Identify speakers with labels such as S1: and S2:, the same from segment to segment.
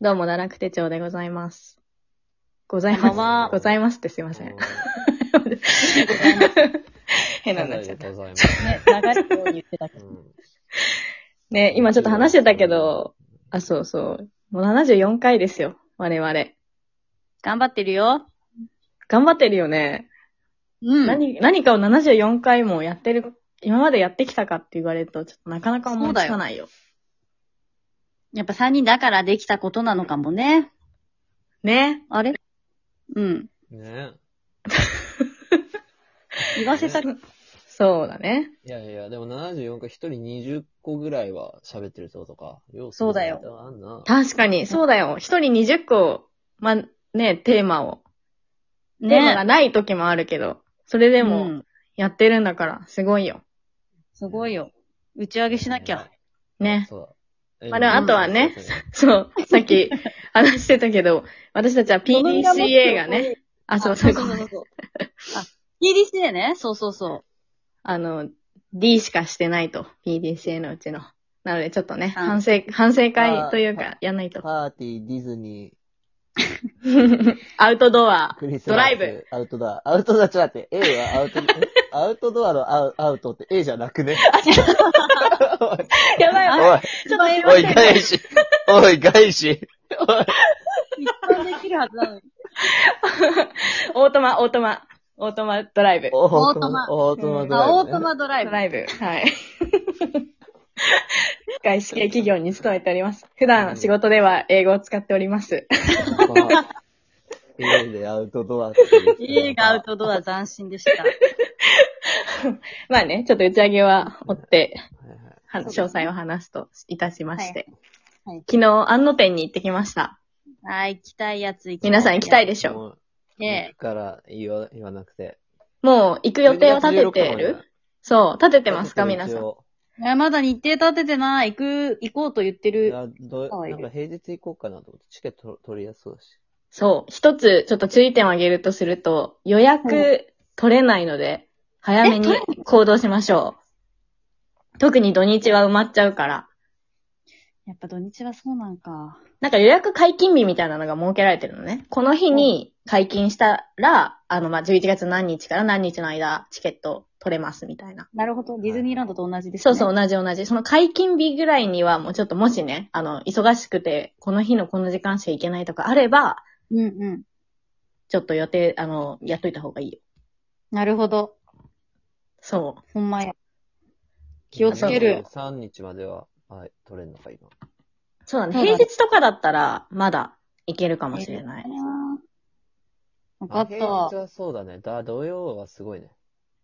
S1: どうも、堕落手帳でございます。ござい
S2: こんばん
S1: ま
S2: は
S1: す。ございますってすいませ ん。変な
S3: か
S1: ん
S3: な
S1: なっ
S3: り
S1: ちゃっ
S3: で
S1: た。
S3: ございます。
S2: ね、長いこと言ってたけど。
S1: ね、今ちょっと話してたけど、あ、そうそう。もう74回ですよ。我々。
S2: 頑張ってるよ。
S1: 頑張ってるよね。
S2: うん。
S1: 何、何かを74回もやってる、今までやってきたかって言われると、ちょっとなかなか思いつかないよ。
S2: やっぱ三人だからできたことなのかもね。
S1: ね。
S2: あれうん。
S3: うん。ね
S2: 言わせたり。
S1: そうだね。
S3: いやいや、でも74回、一人20個ぐらいは喋ってるってことか。よ
S2: そうだよ
S3: あんな。
S1: 確かに、そうだよ。一人20個、まあ、ね、テーマを。テーマが
S2: ね。
S1: ない時もあるけど、それで
S2: う
S1: も
S2: ん
S1: やってるんだから、すごいよ。
S2: すごいよ。打ち上げしなきゃ。
S1: ね。
S3: そうだ。
S1: まあでも
S3: うん
S1: あとはね
S3: そうそう
S1: そう、さっき話してたけど、私たちは PDCA がね、。あ、そうそう、ごめん
S2: う。あ、PDCA ね。そうそうそ
S1: あの、D しかしてないと、PDCA のうちの。なのでちょっとね、
S2: はい
S1: 反省、反省
S3: あ
S1: 会
S3: ー
S1: というか、やんないと。
S3: パーティー、ディズニ
S1: アウトドア
S3: ー、クリスマス。
S1: ドライブ。
S3: アウトドア。アウトドア、ちょっと待って。A はアウト、アウトドアのアウアウトって A じゃなくね。
S1: やばいやばい
S3: おい、
S1: ちょっと英語
S3: おい、
S1: で
S3: 外資。おい、外資。
S2: う。一般できるはずなのに。
S1: オートマ、オートマ、オートマドライブ。
S3: オ
S2: ートマ
S3: オートマド
S2: あ、
S3: ライブね。
S2: オートマドライ
S1: ド
S2: ブ。
S1: ライブ。 はい。外資系企業に勤めております。普段仕事では英語を使っております。
S3: この A でアウトドアって言ってたのか
S2: A がアウトドア斬新でした。
S1: まあね、ちょっと打ち上げは追って、
S3: はいはい
S1: は詳細を話すといたしまして。
S2: はいはい
S1: 昨日、安野店に行ってきました。
S2: はい、行きたいやつ行きたい。
S1: 皆さん行きたい
S2: で
S1: でしょ
S3: もう
S2: ね
S3: 行くから言わ言わなくて。
S1: もう行く予定を立ててるそう、立て
S3: 出
S1: てますか皆さん。
S3: ん。
S2: いやまだ日程立ててない。行く、行こうと言って
S3: い
S2: る。
S3: やどう
S2: はい
S3: なんか平日行こうかなと思って、チケット取りやすそうだし。
S1: そう、一つちょっと注意点を挙げるとすると、予約取れないので、早めに
S2: 取れ
S1: 行動しましょう。特に土日は埋まっちゃうから。
S2: やっぱ土日はそうなんか。
S1: なんか予約解禁日みたいなのが設けられてるのね。この日に解禁したら、あの、まあ、11月何日から何日の間、チケット取れますみたいな。
S2: なるほど。ディズニーランドと同じです
S1: そ
S2: ね。
S1: うそう、同じ同じ。その解禁日ぐらいには、もうちょっともしね、あの、忙しくて、この日のこの時間しか行けないとかあれば、
S2: う。うんうん。
S1: ちょっと予定、あの、やっといた方がいいよ。
S2: なるほど。
S1: そう。
S2: ほんまや。気をつける。
S3: 3日までは、はい、取れるのか、今。
S1: そうだね。
S2: そうだ
S1: 平
S2: ね
S1: 日とかだったら、まだ行けるかもしれない。
S2: わかっ
S3: 平日
S2: た。
S3: はそうだね。だ、土曜はすごいね。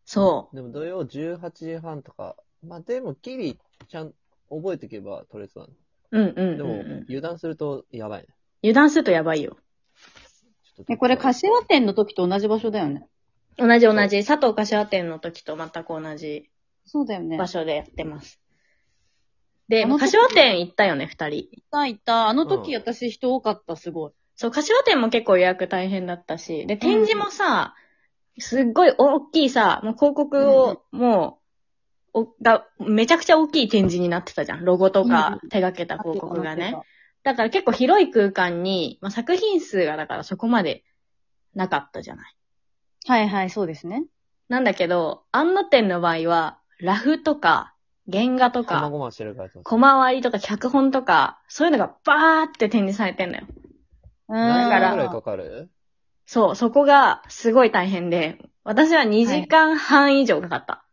S1: そう。
S3: でも土曜18時半とか、まあでも、ギリ、ちゃん、覚えておけば取れそうだね。
S1: うんうんうん
S3: で
S1: う
S3: も、
S1: ん。
S3: 油断するとやばいね。
S1: 油断するとやばいよ。
S3: ちょっと
S2: え、これ柏店の時と同じ場所だよね。
S1: 同じ同じ、佐藤柏店の時と全く同じ
S2: そうだよね。
S1: 場
S2: 行っ
S1: 所でやってます。で、
S2: あの時
S1: 柏店行ったよね、二人。
S2: た行った。あの時
S3: うん
S2: 私人多かった、すごい。
S1: そう、柏店も結構予約大変だったし、で、展示もさ、すっごい大きいさ、もう広告を、もう、おが、めちゃくちゃ大きい展示になってたじゃん。ロゴとか手掛けた広告がね。。だから結構広い空間に、まあ、作品数がだからそこまでなかったじゃない。
S2: はいはい、そうですね。
S1: なんだけど、安野店の場合は、ラフとか、原画と
S3: こま
S1: か、
S3: ごましてるからってこと
S1: 小回りとか脚本とか、そういうのがバーって展示されてんのよ。
S2: うん。
S3: 何
S1: だか
S3: 時
S1: ら
S3: 間ぐらいかかる
S1: そう、そこがすごい大変で、私は2時間半以上かかった。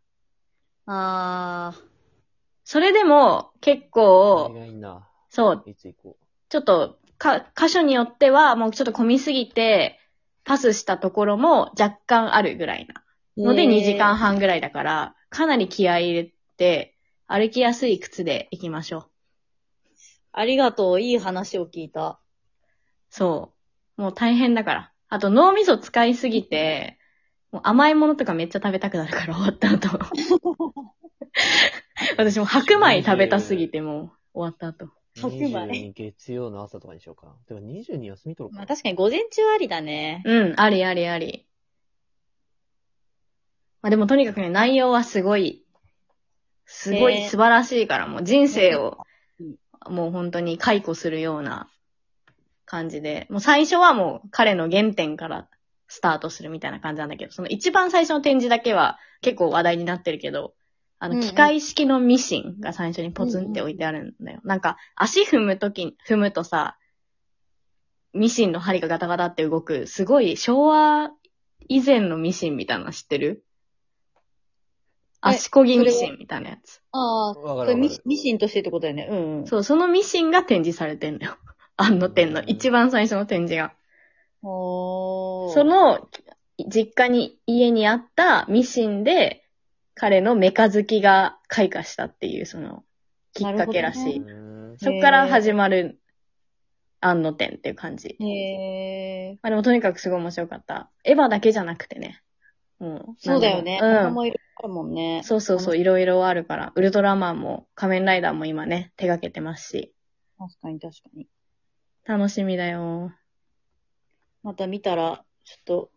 S2: あー。
S1: それでも結
S3: 意
S1: 構、
S3: 外な。
S1: そう、
S3: いつ行こ
S1: ちょっとか、箇所によってはもうちょっと混みすぎて、パスしたところも若干あるぐらいな。ので
S2: えー
S1: 2時間。半ぐらいだから、かなり気合い入れて、歩きやすい靴で行きましょう。
S2: ありがとう。いい話を聞いた。
S1: そう。もう大変だから。あと脳みそ使いすぎて、もう甘いものとかめっちゃ食べたくなるから終わった後。私もう白米食べたすぎてもう終わった後。
S3: う。
S2: 白米
S3: 22月曜の朝とかにしようかな。でも22休み取ろうかな。
S2: 確かに午前中ありだね。
S1: うん、ありありあり。まあでもとにかくね、内容はすごい、すごい
S2: ね
S1: 素晴らしいから、もう人生を、もう本当に解雇するような感じで、もう最初はもう彼の原点からスタートするみたいな感じなんだけど、その一番最初の展示だけは結構話題になってるけど、あ
S2: うん
S1: の、
S2: うん
S1: 機械式のミシンが最初にポツンって置いてあるんだよ。なんか、足踏むとき、踏むとさ、ミシンの針がガタガタって動く、すごい昭和以前のミシンみたいなの知ってる
S2: え
S1: 足こぎミ
S2: そ
S1: シ
S2: れ
S1: ンみたいなやつ。
S2: ああ、
S3: わ
S2: こ
S3: か
S2: れ
S3: るわ
S2: ミ
S3: か
S2: シ
S3: る。
S2: ミシンとしてってことだよね。うん、うん。
S1: そう、そのミシンが展示されてんだよ。 安野店の
S3: うん
S1: 一番最初の展示が。
S2: おー
S1: そ、の、実家に、家にあったミシンで、彼のメカ好きが開花したっていう、その、きっかけらしい。
S2: なるほ
S3: うん
S1: そっから始まる、安野店っていう感じ。
S2: へえ。
S1: まあでもとにかくすごい面白かった。エヴァだけじゃなくてね。うん。
S2: そうだよね。
S1: う
S2: 他
S1: ん。
S2: もいろいろあるもんね。
S1: そうそうそう、いろいろあるから。ウルトラマンも仮面ライダーも今ね、手掛けてますし。
S2: 確かに確かに。
S1: 楽しみだよ。
S2: また見たら、ちょっと、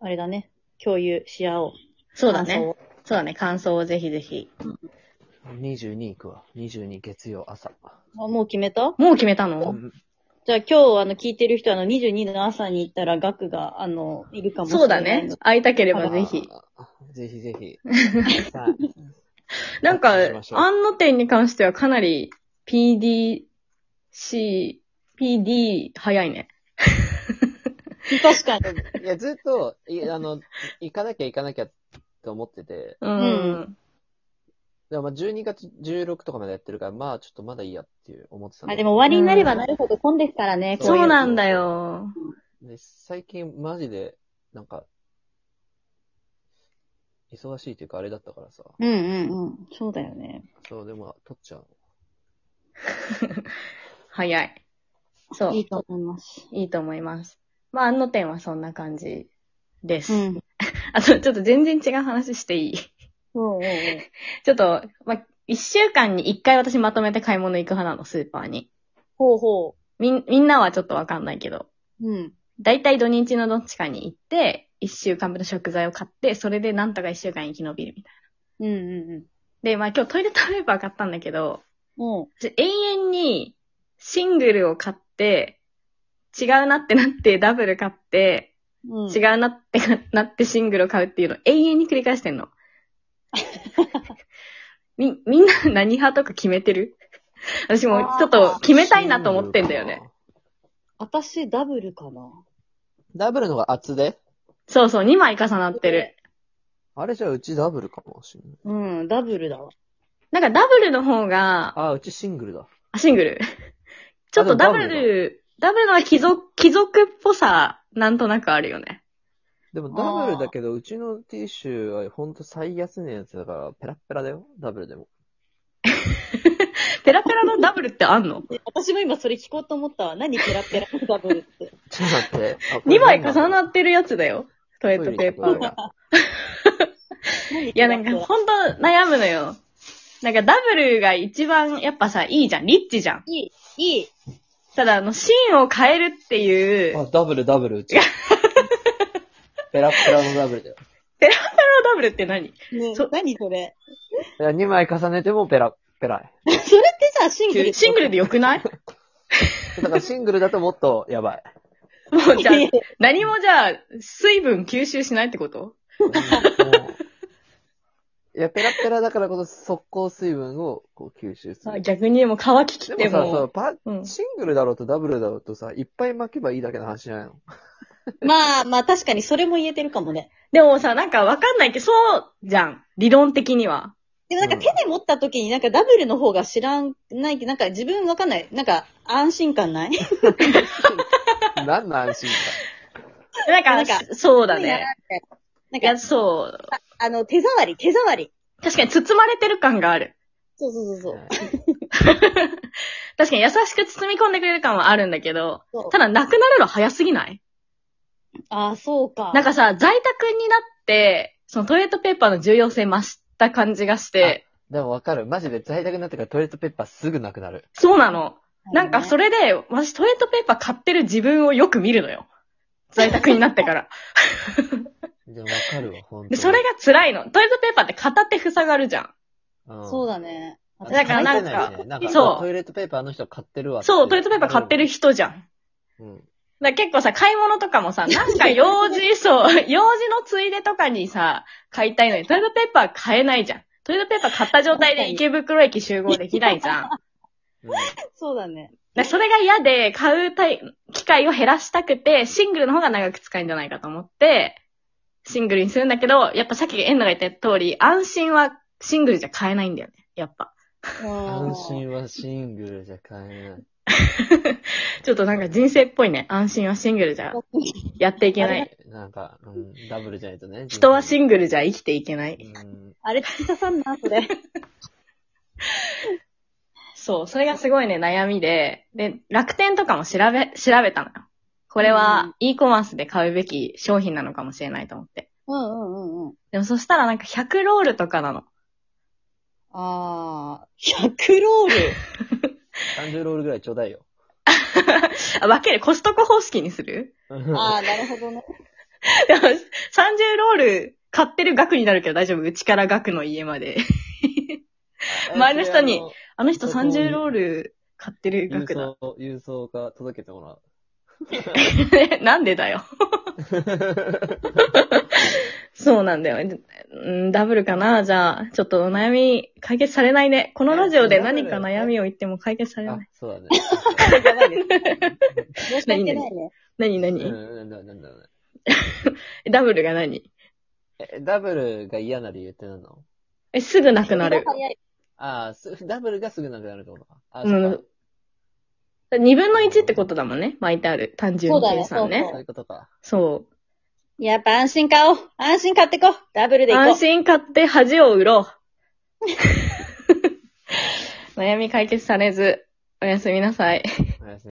S2: あれだね。共有し合おう。
S1: そうだ
S2: 感想
S1: ね。
S2: を。
S1: そうだね。感想をぜひぜひ。
S3: 22行くわ。22月曜朝。
S2: あもう決めた
S1: もう決めたの、
S3: うん
S2: じゃあ今日、あの、聞いてる人、あの、22の朝に行ったら、額が、あの、いるかもしれない。
S1: そうだね。会いたければ
S2: あ
S1: ぜひ。。
S3: ぜひぜ ひ。さあ
S1: なんか
S3: そうしま、しょう
S1: 案の点に関してはかなり PDC、PD 早いね。
S2: 確か に。
S3: いや、ずっと、いあの、行かなきゃ行かなきゃって思ってて、
S1: うん。
S2: うん
S3: でもまあ12月16とかまでやってるから、まあちょっとまだいいやっていう思ってたん
S2: あ、
S3: だ
S2: で
S3: けど
S2: も終わりになればなるほど混んでくからね、こ
S1: そう
S2: いうう。
S1: なんだよ。
S3: で最近マジで、なんか、忙しいというかあれだったからさ。
S2: うんうんうん。そうだよね。
S3: そう、でも、取っちゃう。
S1: 早い。そう。
S2: い
S1: い
S2: いと思います。
S1: いと思います。まあ、案の点はそんな感じです。
S2: うん。
S1: あと、ちょっと全然違う話していい
S2: うんうんうん。
S1: ちょっと、まあ、一週間に一回私まとめて買い物行く派なの、スーパーに。
S2: ほうほ
S1: みん、みんなはちょっとわかんないけど。
S2: う。うん。
S1: だいたい土日のどっちかに行って、一週間分の食材を買って、それでなんとか一週間生き延びるみたい
S2: うんう
S1: な。で、まあ今日トイレットペーパー買ったんだけど、
S2: んうん。うん。
S1: 私永遠にシングルを買って、違うなってなってダブル買って、
S2: うん、
S1: 違うなってかなってシングルを買うっていうのを永遠に繰り返してんの。み、みんな何派とか決めてる私もうちょっと決めたいなと思ってんだよね。。
S2: 私、ダブルかな。
S3: ダブルのが厚で
S1: そうそう、2枚重なってる。
S3: あれじゃあうちダブルかもしれない。
S2: うん、ダブルだわ。
S1: なんかダブルの方が、
S3: あ、うちシングルだ。
S1: あ、シングル。ちょっとダブ
S3: あでもダ
S1: ル、ダブルのは貴族、貴族っぽさ、なんとなくあるよね。
S3: でもダブルだけど、うちのティッシュはほんと最安値のやつだから、ペラッペラだよ。ダブルでも。
S1: ペラペラのダブルってあんの
S2: 私も今それ聞こうと思ったわ。何ペラペラのダブルって。
S3: ちょっと待って。
S1: ?2 枚重
S3: っ
S1: なってるやつだよ。トイレットペーパーが。。
S2: 何
S1: いや、なんか
S2: ペラペラ
S1: ほんと悩むのよ。なんかダブルが一番やっぱさ、いいじゃん。リッチじゃん。
S2: いい、いい。
S1: ただあの、芯を変えるっていう、
S3: あ、ダブルダブル うち。ペラッペラのダブルだよ。
S1: ダブルって何
S2: ね
S1: そ、
S2: 何それ。
S3: いや、2枚重ねてもペラッペラ。
S2: それってさ、シングル。
S1: シングルでよくない
S3: だからシングルだともっとやばい。
S1: もうじゃあ、何もじゃあ、水分吸収しないってこと
S3: もういや、ペラッペラだからこそ速攻水分をこう吸収す
S1: あ
S3: る。
S1: 逆にでも乾ききって
S3: でもさ、そ
S1: も
S3: う、パ
S1: うん
S3: シングルだろうとダブルだろうとさ、いっぱい巻けばいいだけの話じゃないの
S2: まあまあ確かにそれも言えてるかもね。
S1: でもさ、なんかわかんないけど、そうじゃん。理論的には。
S2: でもなんか手で持った時になんかダブルの方が知らん、ない、なんか自分わかんない。なんか安心感ない
S3: 何の安心
S1: なんか、
S2: なんか
S1: そうだね。。
S2: なん
S1: いや、
S2: か、
S1: そう。
S2: あの、手触り、手触り。
S1: 確かに包まれてる感がある。
S2: そうそうそうそ
S3: 感。
S2: う。
S1: 確かに優しく包み込んでくれる感はあるんだけど
S2: そう、
S1: ただなくなるの早すぎない
S2: ああ、そうか。
S1: なんかさ、在宅になって、そのトイレットペーパーの重要性増した感じがして、
S3: でもわかる。マジで在宅になってからトイレットペッパーすぐなくなる。
S1: そうなの。なんかそ
S2: れ。
S1: れで、私トイレットペーパー買ってる自分をよく見るのよ。在宅になってから。
S3: でもわかるわ、ほんと
S1: で、
S3: に。
S1: それが辛いの。トイレットペーパーって片手塞がるじゃん。
S3: ん、
S2: そうだね。
S3: あ
S1: だからなんか
S3: 書いていしねなんか
S1: そう
S3: あトイレットペーパーの人買ってるわって。
S1: そう、トイレットペーパー買ってる人じゃん。
S3: うん。
S1: だから結構さ、買い物とかもさ、なんか用事、そう、 用事のついでとかにさ、買いたいのに、トイレットペーパー買えないじゃん。トイレットペーパー買った状態で池袋駅集合できないじゃん。 だか
S3: うん
S2: そうだね。
S1: らそれが嫌で、買うタイ機会を減らしたくて、シングルの方が長く使えるんじゃないかと思って、シングルにするんだけど、やっぱさっきエンドが言った通り、安心はシングルじゃ買えないんだよね。やっぱ。
S3: 安心はシングルじゃ買えない。
S1: ちょっとなんか人生っぽいね。安心はシングルじゃやっていけない。
S3: なんか、うん、ダブルじゃないとね。
S1: 人はシ
S3: ン
S1: ングルじゃ生きていけない。
S3: グル。うん。
S2: あれ、突き刺さんな、それ。
S1: そう、それがすごいね、悩みで。で、楽天とかも調べ、調べたのよ。これ
S2: う
S1: は
S2: ん
S1: e コマースで買うべき商品なのかもしれないと思って。
S2: うんうんうんうん。
S1: でもそしたらなんか100ロールとかなの。
S2: あー、100ロール。
S3: 30ロールぐらいちょうだいよ。
S1: あ、分ける。コストコ方式にする
S2: あー、なるほどね。
S1: でも30ロール買ってる額になるけど大丈夫。うちから額の家ま で。周りの人にあの人
S3: そこに
S1: 30ロール買ってる
S3: え、あの
S1: 額だ。
S3: 郵送、郵送か届けてもらう。
S1: なんでだよ。そうなんだよ。うんダブルかなじゃあ、ちょっとお悩み解決されないね。このラジオで何か悩みを言っても解決され
S3: あ
S1: ない。、
S3: そうだね。
S2: やばいね。申し訳ないね。
S1: 何
S3: う
S1: 何、
S3: ん、なんだ、なんだ、なんだ。
S1: ダブルが何
S3: え、ダブルが嫌な理由って何なの
S1: え、すぐなくなる。
S2: 早い。
S3: ああ、すダブルがすぐなくなるってことか。あ、
S1: う
S3: そ
S1: ん
S3: うか。
S1: 二分の一ってことだもんね。巻いてある。単純に計算
S2: そうだね
S1: ね
S3: そう。いうことか。
S1: そう
S2: やっぱ安心買おう。安心買ってこう。ダブルでいこう。
S1: 安心買って恥を売ろ う。悩み解決されず、おやすみなさい。